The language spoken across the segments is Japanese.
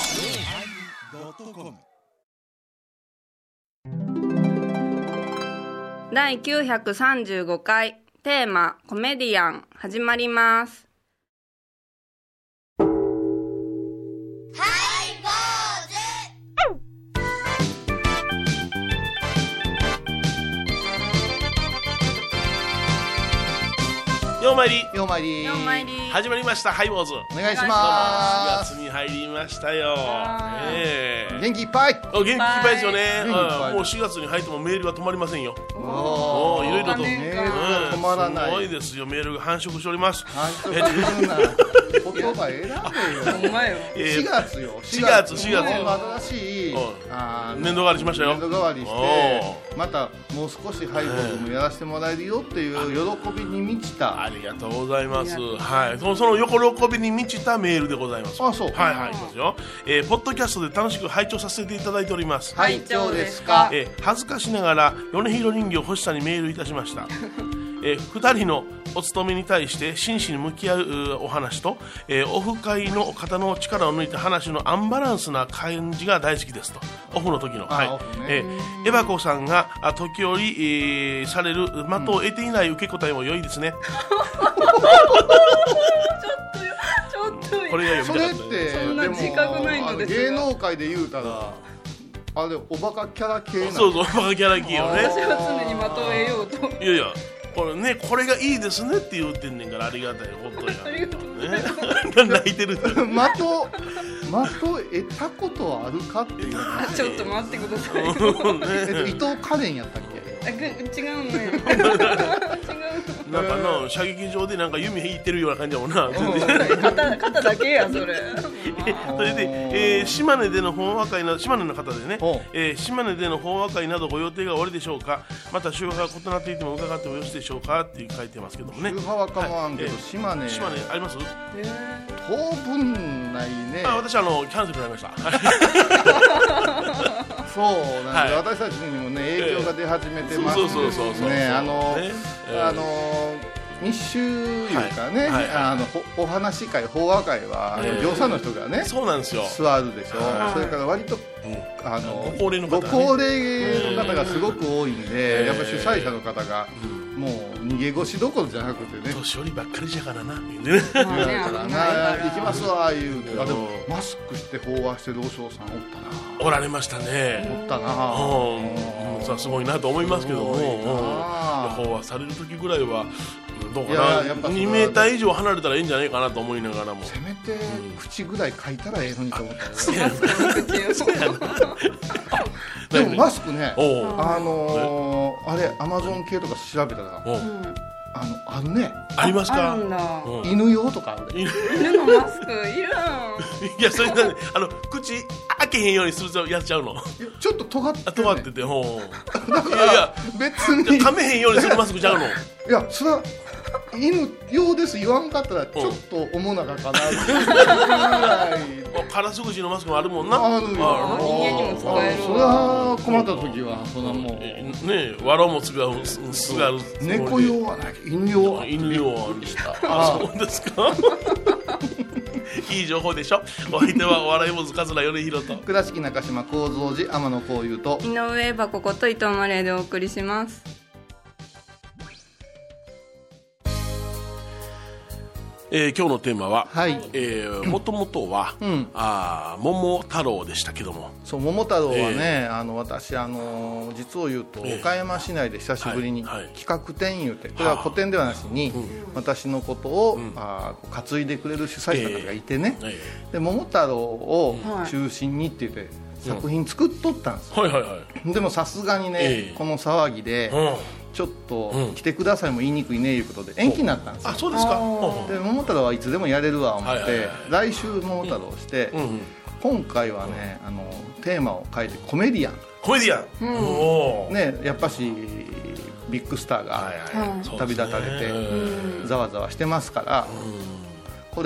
yosmir 第935回テーマ「コメディアン」始まりますようまいりようまいりようまいり始まりましたハイボーズお願いし4ま月に入りましたよはーいねすえ元気いっぱいお元気いっぱいですよね、いうん元気いっぱいもう4月に入ってもメールが止まりませんよ、おおーいろいろとメールが止まらなすごいいですよメールが繁殖しております繁殖するな言葉選べよ前よえー4月よ4月4月もう新しいうんあー年度替わりしましたよ年度替わりしおてまたもう少しハイボールもやらせてもらえるよっていう喜びに満ちたありがとうございます。はい、そのその横喜びに満ちたメールでございます。あそうはいはい、いきますよ。えーポッドキャストで楽しく拝聴させていただいております。はいどうですかえー恥ずかしながら米広人形欲しさんにメールいたしま した、えー、2人のお勤めに対して真摯に向き合ううーお話と、えーオフ会の方の力を抜いた話のアンバランスな感じが大好きですとオフの時の、あはいオフねえーエバコさんがあ時折、えーされる的を得ていない受け答えも良いですね、 ちょっとこれがそ読みたかっれったてですそんな自覚ないのですがでもあの芸能界で言うたらあれおバカキャラ系なそうそうバカキャラキーをねあ常にまとえようと いやいやこれねこれがいいですねって言ってんねんからありがたいことやありがとうございますね 泣いてる 的的得たことはあるかっていうのがあちょっと待ってくだ さいよえっと伊ね、藤カレンやったっけあぐ違うのよ違うなんかの射撃場でなんか弓引いてるような感じだもんな。肩肩だけやそれそれで、えー島根での法話会など島根の方でねおう、えー島根での法話会などご予定がおありでしょうか。また宗派が異なっていても伺ってもよろしいでしょうかって書いてますけどもねウ。ハワかもあんけど、はいえー島根島根あります？当分ないねあ、私あのキャンセルになりました。はいそうなんで、はい私たちにもね影響が出始めてますそうそうそうそうそうねあの、ねえーあの密集いうかね、はいはいあのほお話し会法話会は、あのえー業者の人がね そうなんですよ。座るでしょ、はいそれから割と、あのご高齢の方ねご高齢の方がすごく多いんで、うんやっぱ主催者の方が、もう逃げ腰どころじゃなくてね年寄りばっかりじゃからな。ねまあだねから危ないな行きますわ言うてあでもうんマスクして飽和してるお尚さんおっ おられましたね。たなおったなうん、うんさあすごいなと思いますけども、すごいうなん飽和される時ぐらいはうんどうかいややなっぱ2メーター以上離れたらいいんじゃないかなと思いながらもせめて口ぐらい書いたらええのにと思った よでもマスクねおうあのーあれアマゾン系とか調べたらおうあのあるねありますあかるんだうん犬用とかあるねい犬のマスクいらんいやそれなんであの口開けへんようにするやっちゃうのいやちょっと尖ってあるとね待ってておうだかいやいやら別に噛めへんようにするマスクちゃうのいやそれは犬用です言わんかったらちょっと面長かなっていうぐらいおカラス口のマスクもあるもんなあるよある人間にも使えるわそれは困った時はそれはもえうねえわらもつがうすすがる猫用はない犬用は犬用はあるんでした あそうですか いい情報でしょお相手はお笑い坊主桂米広と倉敷中島幸三寺天野幸雄と井上はここと伊藤マレーでお送りしますえー今日のテーマは、はいえー、もともとは、んあー桃太郎でしたけどもそう桃太郎はね、あの私あの実を言うと、ええ岡山市内で久しぶりにはいはい企画展言うて、これは古典ではなしに、私のことを、あーこう担いでくれる主催者がいてね、えで桃太郎をはい中心にって言って、作品作っとったんですよ、はいはいはい、でもさすがにね、ええこの騒ぎで、うん、ちょっとうん来てくださいも言いにくいねいうことで延期になったんですよあそうですかで桃太郎はいつでもやれるわ思って、はいはいは来週桃太郎をして、うんうん今回はねあのテーマを変えてコメディアコメディアン、おーンねやっぱしビッグスターがはいそうですね旅立たれてうんざわざわしてますから、こ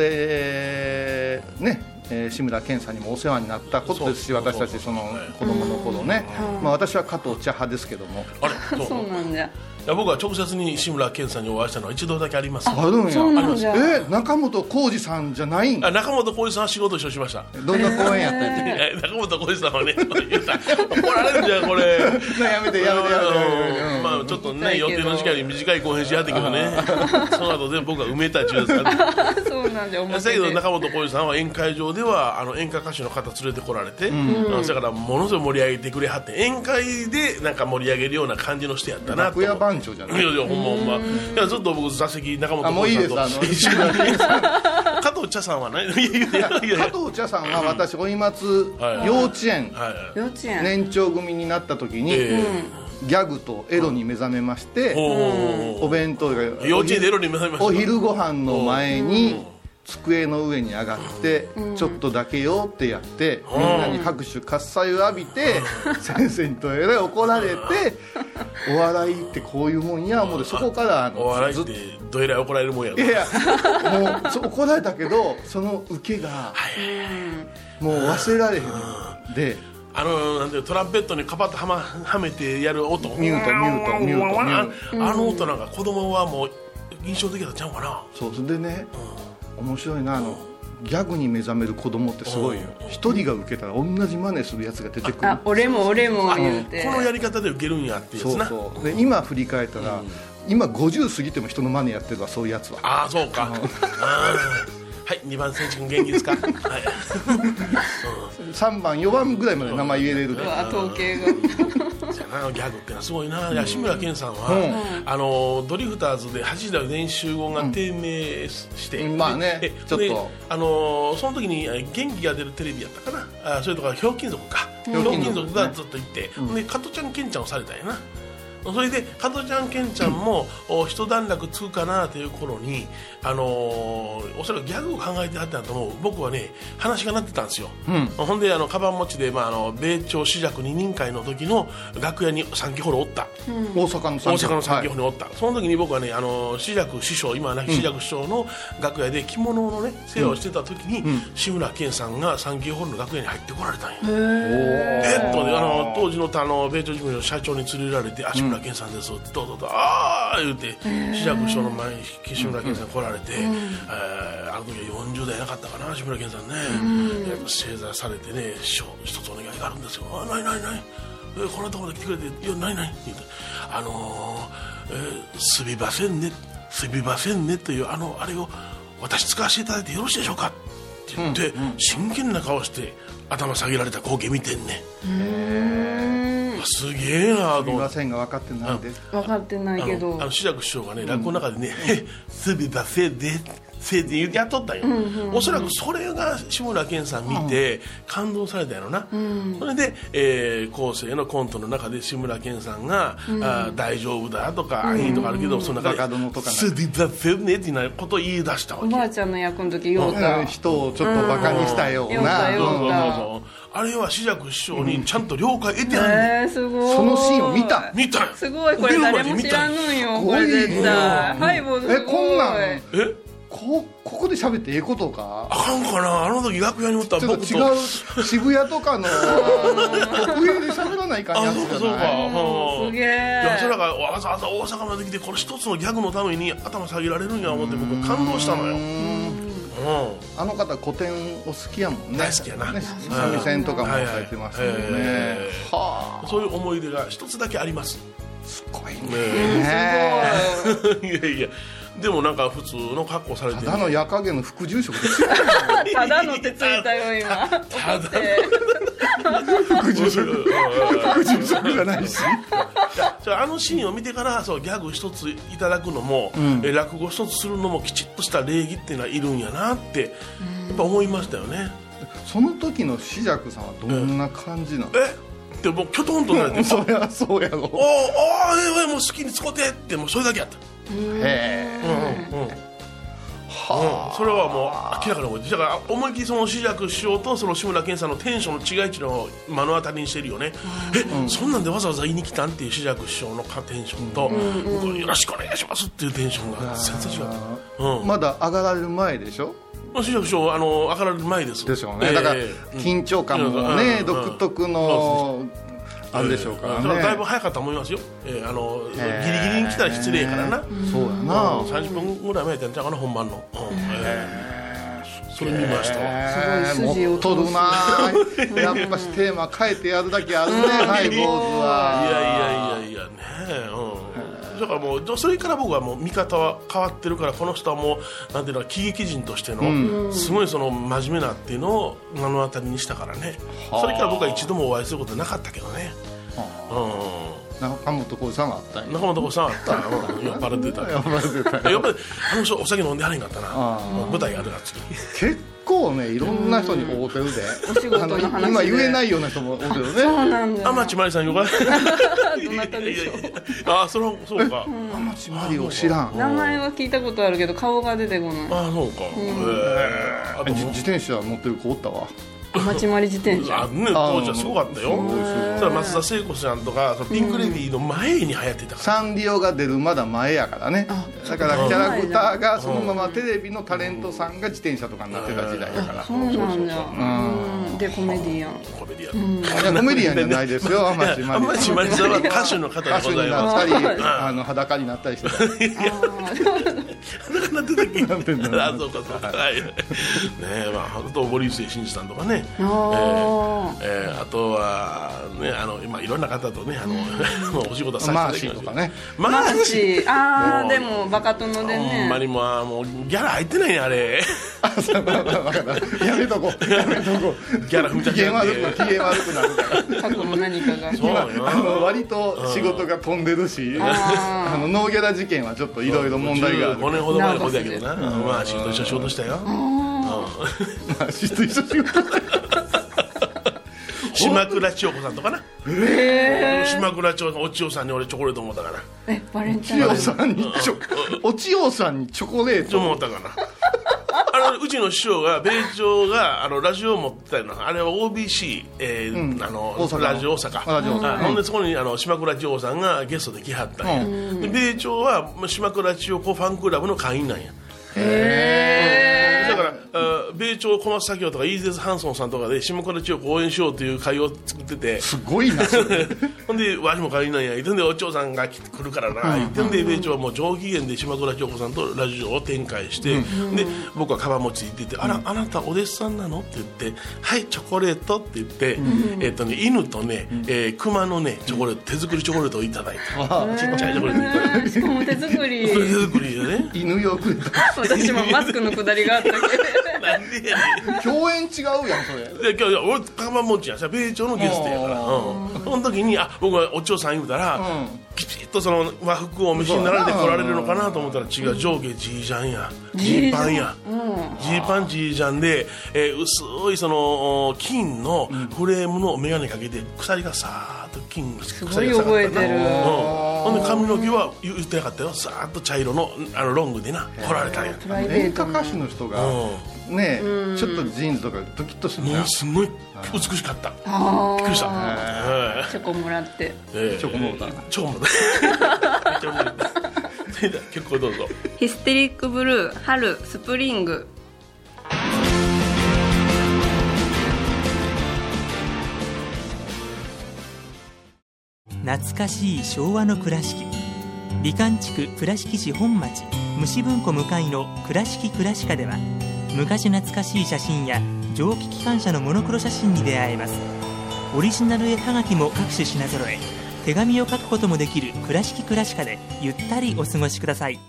れねえー志村けんさんにもお世話になったことですしそうそう私そうたちその子供の頃ね、まあ、私は加藤茶派ですけどもあれそうそうなんじゃいや僕は直接に志村けんさんにお会いしたのは一度だけありますあるんやそうなんじゃえ中本浩二さんじゃないんあ中本浩二さんは仕事一緒しましたどんな公演やったんやえ中本浩二さんはね 言った怒られるじゃんこれやめてやめてやめてやめてまあちょっとね予定の時間より短い後編しやってけどねその後全部僕は埋めたちゅうですからねそうなんじだゃ面け白どい中本浩二さんは宴会場ではあの演歌歌手の方連れてこられて、うんだからものすごい盛り上げてくれはって宴会でなんか盛り上げるような感じの人やったなと楽思屋う番長じゃないいやいやほんまほんまいやちょっと僕座席中あ本もういいですさあんのと一緒に 加藤茶さんはねいやいやいやいや加藤茶さんは私おいまつはい幼稚園はい幼稚園、年長組になった時にえギえャグとエロに目覚めましておお弁当がお幼稚園でエロに目覚めまおした昼ご飯の前に机の上に上がってちょっとだけよってやってみんなに拍手喝采を浴びて先生にとえらい怒られてお笑いってこういうもんや思ってそこからあのお笑いずっっとてどえらい怒られるもんやろいやいやもうそう怒られたけどその受けがもう忘れられへんであのなんていうトランペットにカパッとはまはめてやる音ミュートミュートミュートミュートあの音なんか子供はもう印象的だったんちゃうかなそうそれでね面白いなあのギャグに目覚める子供ってすごいよ一人が受けたら同じ真似するやつが出てくるあ俺も俺も言うてこのやり方で受けるんやってやそつうなそうで今振り返ったら、今50過ぎても人の真似やってるわそういうやつはああそうかうんはい2番選手君元気です かはい3番4番ぐらいまで名前言えれるでうわ統計がじゃなギャグってのはすごいな、いや志村けんさんは、あのドリフターズで8時台全員集合が低迷して、うんまあねでちょっとであのその時にえ元気が出るテレビやったかなあそれとかひょうきん族かひょうきん族がずっと行って、で加トちゃんけんちゃんをされたんやなそれで加トちゃんけんちゃんも、お一段落つうかなという頃にあのーおそらくギャグを考えてはったんだと思う僕はね話がなってたんですよ、ほんであのカバン持ちで、まあ、あの米朝紫尺二人会の時の楽屋に三期ホールおった、大阪の大阪の産産業業におった、その時に僕はねあの志らく師匠今は亡き志らく師匠の楽屋で着物のね世話をしてた時に、志村けんさんが産業ホールの楽屋に入ってこられたんや、えっとねあの当時のあの米朝事務所の社長に連れられて「あ志村けんさんです」ってどうぞどうぞああ言うて志らく師匠の前に志村けんさん来られて、えーあの時は40代なかったかな志村けんさんね、えー正座されてね「師匠一つお願いがあるんですよ」「あないないない」えーこんなところで来てくれて「いやないない」って言って「あのーえーすみませんねすみませんね」というあのあれを私使わせていただいてよろしいでしょうかって言って、真剣な顔して頭下げられた光景見てんねうわすげえなとい思っまて。せんが分かってないんで分かってないあけのどあの志らく師匠がね落語の中でね「 すべたせいで」せいでやっとったんよ、おそらくそれが志村けんさん見て感動されたやろな、それで、えー後世のコントの中で志村けんさんが「あー大丈夫だ」とか「いい」とかあるけど、その中バカ殿とで「かなすべたせいで」ってなことを言い出したわけおばあちゃんの役の時言ううたん人をちょっとバカにしたようなうんそうよそうそうかったそうあれは志らく師匠にちゃんと了解得てあんねん、えー、すごいそのシーンを見た見たんよすごいこれ誰も知らんのよ見こたれよ絶対はいもうすごいえこんなんえこここで喋ってええことかあかんかなあの時楽屋におったちょっ僕とと違う渋谷とかの上で喋らないかんやあつそうかじそゃうないかうんすげいやそらえがわざわざ大阪まで来てこれ一つのギャグのために頭下げられるんや思って僕感動したのよ、うん、あの方古典お好きやもんね大好きやなね三味線とかもされてましたもんはねいはいえはあそういう思い出が一つだけありますすごいねすごい いやいやでもなんか普通の格好されてるただの夜影の副住職ですよただのってついたよ今ただ副住う職んうんうん副住職じゃないしじゃああのシーンを見てからそうギャグ一ついただくのも、え落語一つするのもきちっとした礼儀っていうのはいるんやなってやっぱ思いましたよね その時の紫尺さんはどんな感じなの、えってもうきょとんとなれてそりゃそうやろおーおーええもう好きに使ってってもうそれだけやったへえうんうんうんそれはもう明らかに覚えてるだから思いっきりその志らく師匠とその志村けんさんのテンションの違いっていうのを目の当たりにしてるよね、え、そんなんでわざわざ言いに来たんっていう志らく師匠のかテンションと、僕よろしくお願いしますっていうテンションが全然違う、うんまだ上がられる前でしょまあ、志らく師匠はあの上がられる前ですですよね、だから緊張感もうんね、うん独特のあるでしょうからねだからだいぶ早かったと思いますよ、えーあのへーギリギリに来たら失礼やからな、そうやな30分ぐらい前やったんちゃうかな本番の、うんえーそれ見ましたわすごい筋を持っとるなやっぱしテーマ変えてやるだ けあるねハイボーズいやいやはいやいやねえうんだからもうそれから僕はもう見方は変わってるからこの人はもうなんていうの喜劇人としてのすごいその真面目なっていうのを目の当たりにしたからねそれから僕は一度もお会いすることなかったけどねう中本浩二さんはあったん んや中本浩二さんあったらうん酔っ払って たやっぱり絶対やっぱりあの人お酒飲んではれんかったなあもう舞台やるから次結構ねいろんな人に会うてるでお仕事の話であの今言えないような人も会うてるねなんだ天地真理さんよか どなたでしょうああそれはそうか天地マリオ知らん名前は聞いたことあるけど顔が出てこないああそうかへえあと自もう自転車乗ってる子おったわ町まり自 転車あね当時はすごかったようんそれは松田聖子さんとかそのピンク・レディーの前に流行ってたから、サンリオが出るまだ前やからねだからキャラクターがそのままテレビのタレントさんが自転車とかになってた時代やからそうなんだうんでコメディアンコメディアン、 いやコメディアンじゃないですよ天地あんまマりリオ島根さんは歌手の方で歌手ござにいなっまたりあの裸になったり してたすななってたっけなってん のあそうかそうかはいねえまああと堀内真二さんとかねえあーえーあとはねあの今いろんな方とねあの、ま あお仕事はさせていただきまマーシーとかね すママーーシチーーあーでもバカ殿でほんまねにもうあーもうギャラ入ってないねあ れやめとこうやめとこうギャラ踏み出し機ち嫌ゃっ悪てく機嫌悪くなるから過去の何かがそうよあの割と仕事が飛んでるしあのノーギャラ事件はちょっといろいろ問題がある5年ほど前のことやけどなまあ仕事一緒に仕事したよまあ一緒に仕事島倉千代子さんとかな、島倉千代子さんお千代さんに俺チョコレートもったからえバレンタ千イン代さんにチョお千代さんにチョコレーちょトもったかな あのうちの師匠が米朝があのラジオを持ってたよなあれは OBC、えーあの大阪ラジオ大阪ラジオ大阪あほんでそこにあの島倉千代さんがゲストで来はったんや、うで米朝は島倉千代子ファンクラブの会員なんやだから、あ米朝小松左京とかイーゼス・ハンソンさんとかで島倉千代子応援しようという会を作ってて すごいなそれ。ほんで、わしも帰りなんや、言ってんで、お嬢さんが来るからな、言ってんで、米朝はもう上機嫌で島倉京子さんとラジオを展開して、で、僕はカバン持ち行ってて、あら、あなたお弟子さんなのって言って、はい、チョコレートって言って、えっとね、犬とね、えー熊のね、チョコレート、手作りチョコレートをいただいて、ちっちゃいチョコレー トいただいて。うんしかも手作 りそれ手作りでね犬よく私もマスクのくだりがあったけどなんでやねん共演違うやんそれで今日いや俺看板持ちやさ米朝のゲストやから、うん、その時にあ僕はお嬢さん言うたら、うんきちっとその和服をお召しになられて来られるのかなと思ったら違う上下ジージャンやジーパンやジーパンジージャンで、えー薄いそのお金のフレームの眼鏡かけて鎖がさーっと金すごい覚えてるうん、ほんで髪の毛は言ってなかったよさーっと茶色のあのロングでな来られたんやプライベ演ート歌も歌手の人がねちょっとジーンズとかドキッとするもなうすごい美しかったあびっくりした、はいーチョコもらってええチョコモーターチョコモーターチョコモーターそれでは結構どうぞ ヒステリックブルー春スプリング懐かしい昭和の倉敷美観地区倉敷市本町虫文庫向かいの「倉敷倉歯科」では昔懐かしい写真や蒸気機関車のモノクロ写真に出会えますオリジナル絵はがきも各種品揃え手紙を書くこともできる「倉敷倉歯科」でゆったりお過ごしください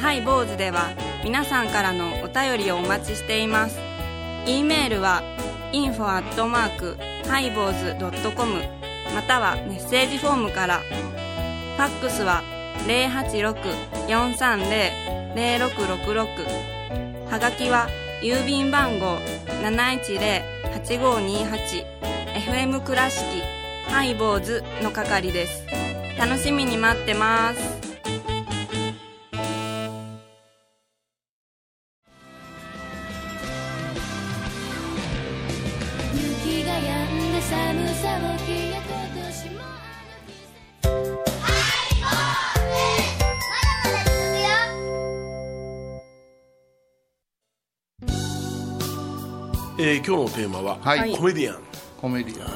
ハイボーズでは皆さんからのお便りをお待ちしています。e メールは info アットマークハイボーズドットコムまたはメッセージフォームから。ファックスは086-430-0666はがきは郵便番号710-8528 FM 倉敷ハイボーズの係です。楽しみに待ってます。雪が止んで寒さを消え今年もあの日えー今日のテーマは、はいコメディアンコメディアン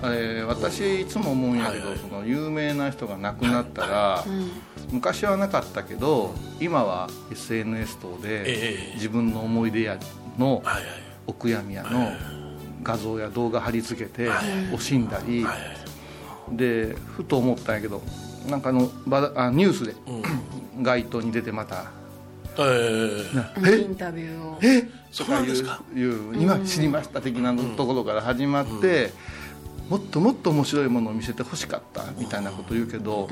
えー私いつも思うんやけど、はいはいその有名な人が亡くなったら、昔はなかったけど今は SNS 等ええで自分の思い出やのはいはいお悔やみやの画像や動画貼り付けて惜しんだりはいはいでふと思ったんやけどなんかあのばあニュースでうん 街頭に出てまたえー「イえンタビューをえそとうなんかいでうすかいう今知りました的なところから始まって、もっともっと面白いものを見せてほしかったみたいなこと言うけど、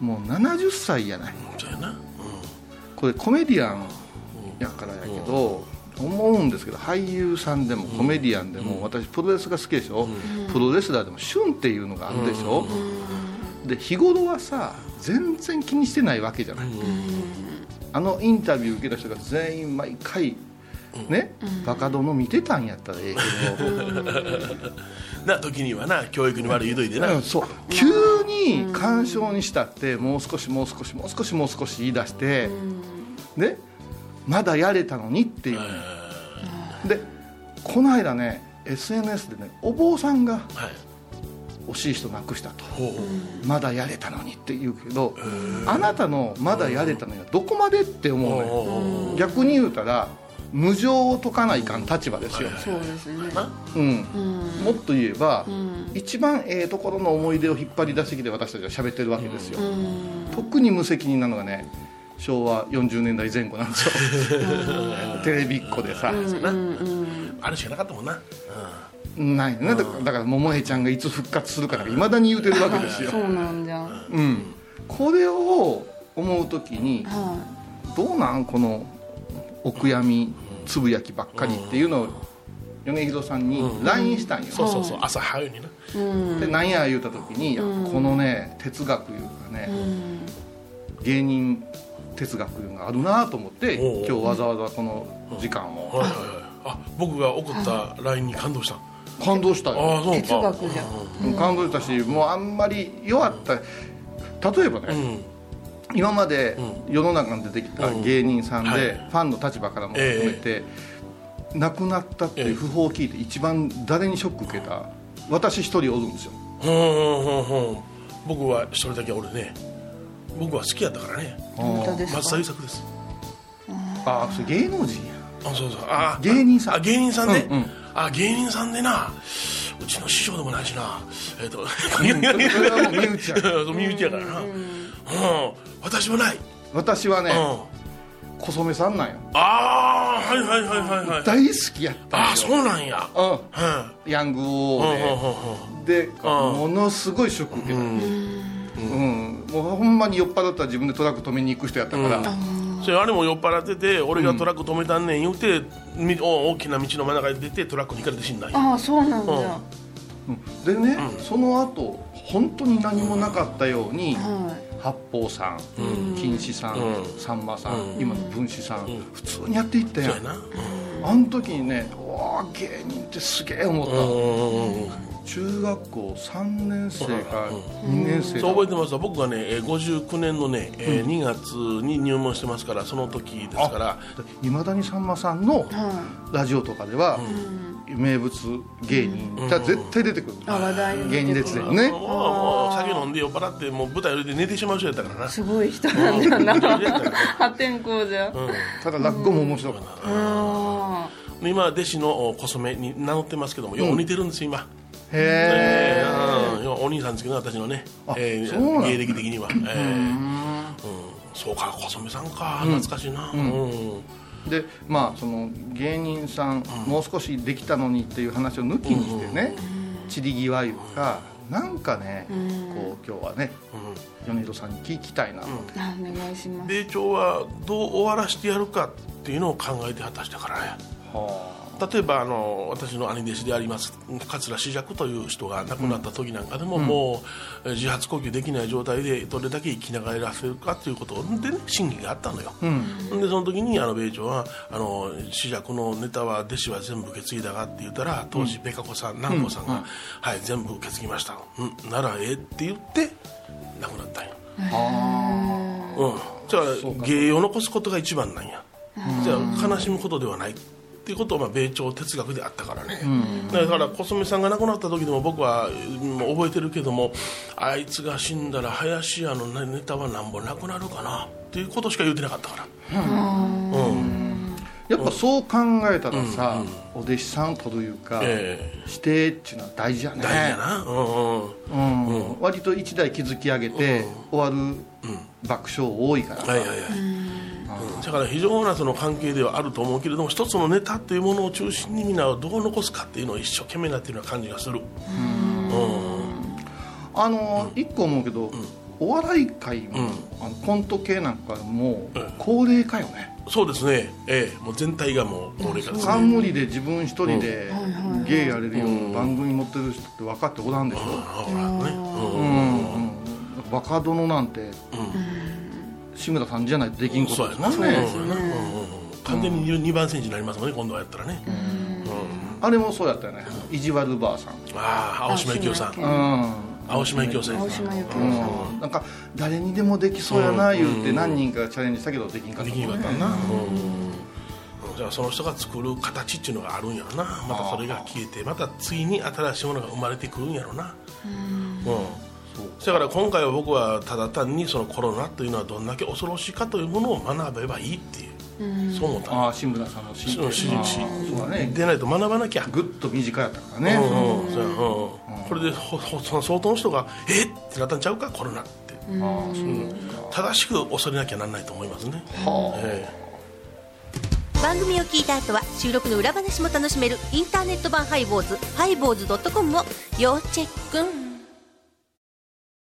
もう70歳やないそうやなこれコメディアンやからやけど、思うんですけど俳優さんでもコメディアンでも、私プロレスが好きでしょ、プロレスラーでも旬っていうのがあるでしょ、で日頃はさ全然気にしてないわけじゃない、あのインタビュー受けた人が全員毎回ね、バカ殿見てたんやったらええけど、な時にはな教育に悪い言うといてなうんそう急に干渉にしたってもう少しもう少しもう少しもう少し言い出して、でまだやれたのにっていう、でこの間ね SNS でねお坊さんがはい惜しい人亡くしたとほうまだやれたのにって言うけどあなたのまだやれたのにはどこまでって思うのよほう逆に言うたら無情を解かないかん立場ですよ、そうですねうん、もっと言えば、一番ええところの思い出を引っ張り出してきて私たちは喋ってるわけですよ、特に無責任なのがね昭和40年代前後なんですよ テレビっ子でさ、あれしかなかったもんなないねだからだから桃江ちゃんがいつ復活するかなんかいまだに言うてるわけですよ、そうなんじゃんうん、これを思う時にはどうなんこのお悔やみつぶやきばっかりっていうのを米広さんに LINE したんよ、そうそうそう朝早いになでなんや言うた時に、いやこのね哲学いうかね、芸人哲学いうのがあるなと思っておうおう今日わざわざこの時間をはいはいはいあ僕が送った LINE に感動した感動したよああそうかい哲学じゃん感動したしもうあんまり弱った例えばね、うん今まで世の中に出てきた芸人さんで、うんはいファンの立場からも含めて、亡くなったっていう訃報を聞いて一番誰にショック受けた私一人おるんですよほんほんほんほん僕は一人だけ俺ね僕は好きやったからね本当ですか松田優作ですああそれ芸能人やあそうそうあ芸人さんあ芸人さんね、うんうんあ芸人さんでなうちの師匠でもないしなえっ、とそれはもう身内やそう身内やからなうん、私もない、私はね、うん、小染さんなんよああーはいはいはいはいはい大好きやったんよああそうなんやううんんヤング王うんうんで、でものすごいショック受けた、うんもうほんまに酔っ払ったら自分でトラック止めに行く人やったから、うんうんそれあれも酔っ払ってて俺がトラック止めたんねん言うて、みお大きな道の真ん中に出てトラックにひかれて死んだんやああそうなんじゃでね、その後本当に何もなかったように、は八方さん、金糸さん、うさんまさん、今の文子さん、普通にやっていったやそうやんなあの時にねうわあ芸人ってすげえ思った、うんうんうん中学校3年生か2年生そう覚えかてますわ僕がねえー59年のね、えー2月に入門してますからその時ですからいまだにさんまさんのラジオとかでは、名物芸人が絶対出てくる、あ話題に出て芸くる人列伝ねもうもう酒飲んで酔っ払ってもう舞台上で寝てしまう人やったからなあすごい人なんじゃなうん破天荒じゃんただ落語も面白かった、あ今弟子のお小染めに名乗ってますけどもよう似てるんですよ今、へええーうんようお兄さんですけど私のね、えーそうなんだ芸歴的には、えーうんそうか小染さんか懐かしいな、うんでまあその芸人さん、もう少しできたのにっていう話を抜きにしてね散り際いうかなんかね、こう今日はね、米広さんに聞きたいなと思って、あお願いします米朝はどう終わらしてやるかっていうのを考えて果たしたからねは例えばあの私の兄弟子であります桂志尺という人が亡くなった時なんかでも、もうえー自発呼吸できない状態でどれだけ生きながらせるかということで、ね、審議があったのよ、でその時にあの米朝はあの志尺のネタは弟子は全部受け継いだがって言ったら当時、べか子さん南光さんが、はい全部受け継ぎました、うん、ならええって言って亡くなったんようん、じゃあ芸を残すことが一番なんやじゃあ悲しむことではないっっていうことをまあ米朝哲学であったからね、だから小染さんが亡くなった時でも僕はうん覚えてるけどもあいつが死んだら林家のネタはなんぼなくなるかなっていうことしか言ってなかったからうんやっぱそう考えたらさ、お弟子さんとというか、え指定っていうのは大事やねえ大事やな、うんうんうん割と一代築き上げて、終わる爆笑多いから、はいはいはいうんだから非常なその関係ではあると思うけれども一つのネタっていうものを中心にみんなはどう残すかっていうのを一生懸命なっていうような感じがするうんあの一個思うけど、お笑い界も、あのコント系なんかもう高齢化よね、そうですね、ええ、もう全体がもう高齢化ですね冠で自分一人で芸やれるような番組持ってる人って分かっておらんでしだょ、からねううんんバカ殿なんて、志村さんじゃないとできんことそうでやすもなんそうねやなうんうんうん完全に2番選手になりますもんね今度はやったらねあれもそうやったよね意地悪ばあさんああ青島幸夫さ青島幸ん青島幸う男夫さん青で島由紀夫ん、さんうんなんか誰にでもできそうやな言うて何人かがチャレンジしたけどできんかったきなかったなうんじゃあその人が作る形っていうのがあるんやろなまたそれが消えてまた次に新しいものが生まれてくるんやろなうんだから今回は僕はただ単にそのコロナというのはどんだけ恐ろしいかというものを学べばいいっていうそう思ったああ志村さんのシそーのンしああしそうだね出ないと学ばなきゃぐっと短やったからね、うんうんそうやうんこれでほほその相当の人が「えっ!」ってなったんちゃうかコロナってああそうか正しく恐れなきゃなんないと思いますね、え番組を聞いた後は収録の裏話も楽しめるインターネット版ハイボーズハイボーズ .com を要チェック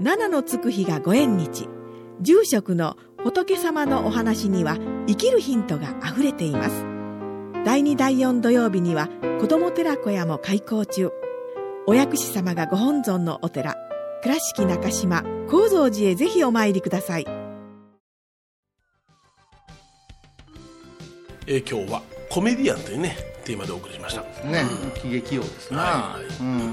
七のつく日がご縁日住職の仏様のお話には生きるヒントがあふれています第2第4土曜日には子ども寺小屋も開校中お薬師様がご本尊のお寺倉敷中島・高蔵寺へぜひお参りくださいえ今日は「コメディアン」というねテーマでお送りしましたね、喜劇王ですな、はいうん、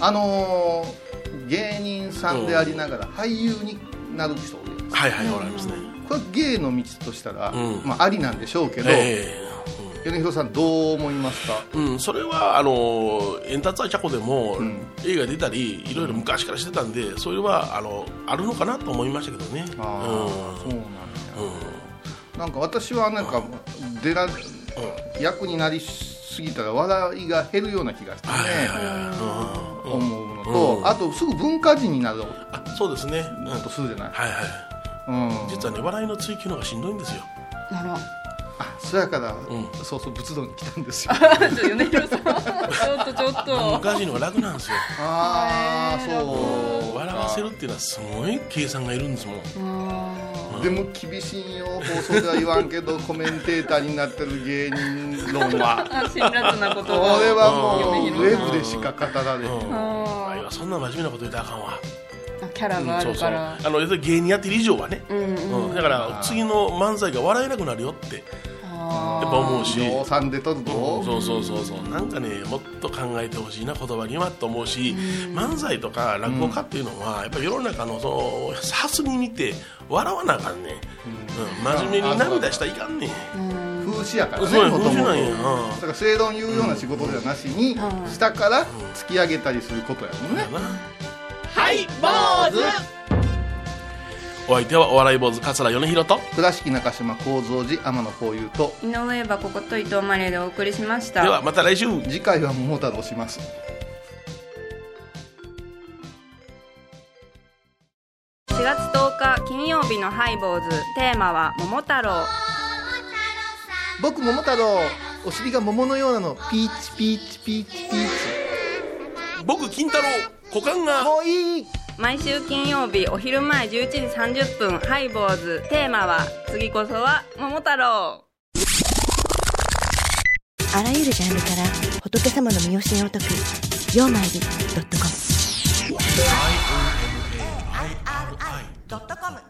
あのー芸人さんでありながら俳優になる人おるやんはいはいおられますねこれ芸の道としたら、うんまあ、ありなんでしょうけど、え米広さんどう思いますかえうん、それはあのエンターツアーチャコでも、ん映画出たりいろいろ昔からしてたんでそれはあのあるのかなと思いましたけどねああ、そううんなんやうんなんか私はなんか出ら役になりすぎたら笑いが減るような気がしてね、はいはいはいうんうんうん思うのと、うんあとすぐ文化人になろうあそうですね、うん、はいとするじゃない、はいうん、実はね笑いの追求の方がしんどいんですよならあそやから、んそうそう仏道に来たんですよ ちょっと米広さんちょっとちょっと昔の方が楽なんですよああそう笑わせるっていうのはすごい計算がいるんですもんでも厳しいよ放送では言わんけどコメンテーターになってる芸人論 はあ辛辣なことこれはもううんウェブでしか語られへんうんあいやそんな真面目なこと言ったらあかんわキャラがあそるうそうかあらの要するに芸人やってる以上はね、うんうんうんだから次の漫才が笑えなくなるよってやっあぱ思うし量産で撮るそとうそうそうそうそうなんかねもっと考えてほしいな言葉にはと思うし、漫才とか落語家っていうのは、やっぱり世の中のその発に見て笑わなあかんね、うん真面目に涙したらいかんねん風刺やからねそうやもともと風刺なんやだから正論言うような仕事ではなしに、下から突き上げたりすることやもんね、なはい坊主お相手はお笑い坊主桂米宏と倉敷中島幸三寺天野幸雄と井上はここと伊藤マレーでお送りしましたではまた来週次回は桃太郎します4月10日金曜日のハイボーズテーマは桃太郎僕桃太郎お尻が桃のようなのピーチピーチピーチピーチ僕金太郎股間がもういい毎週金曜日お昼前11時30分ハイボーズテーマは次こそは桃太郎あらゆるジャンルから仏様の身教えを解く「曜マイル .com」 IOMARI.com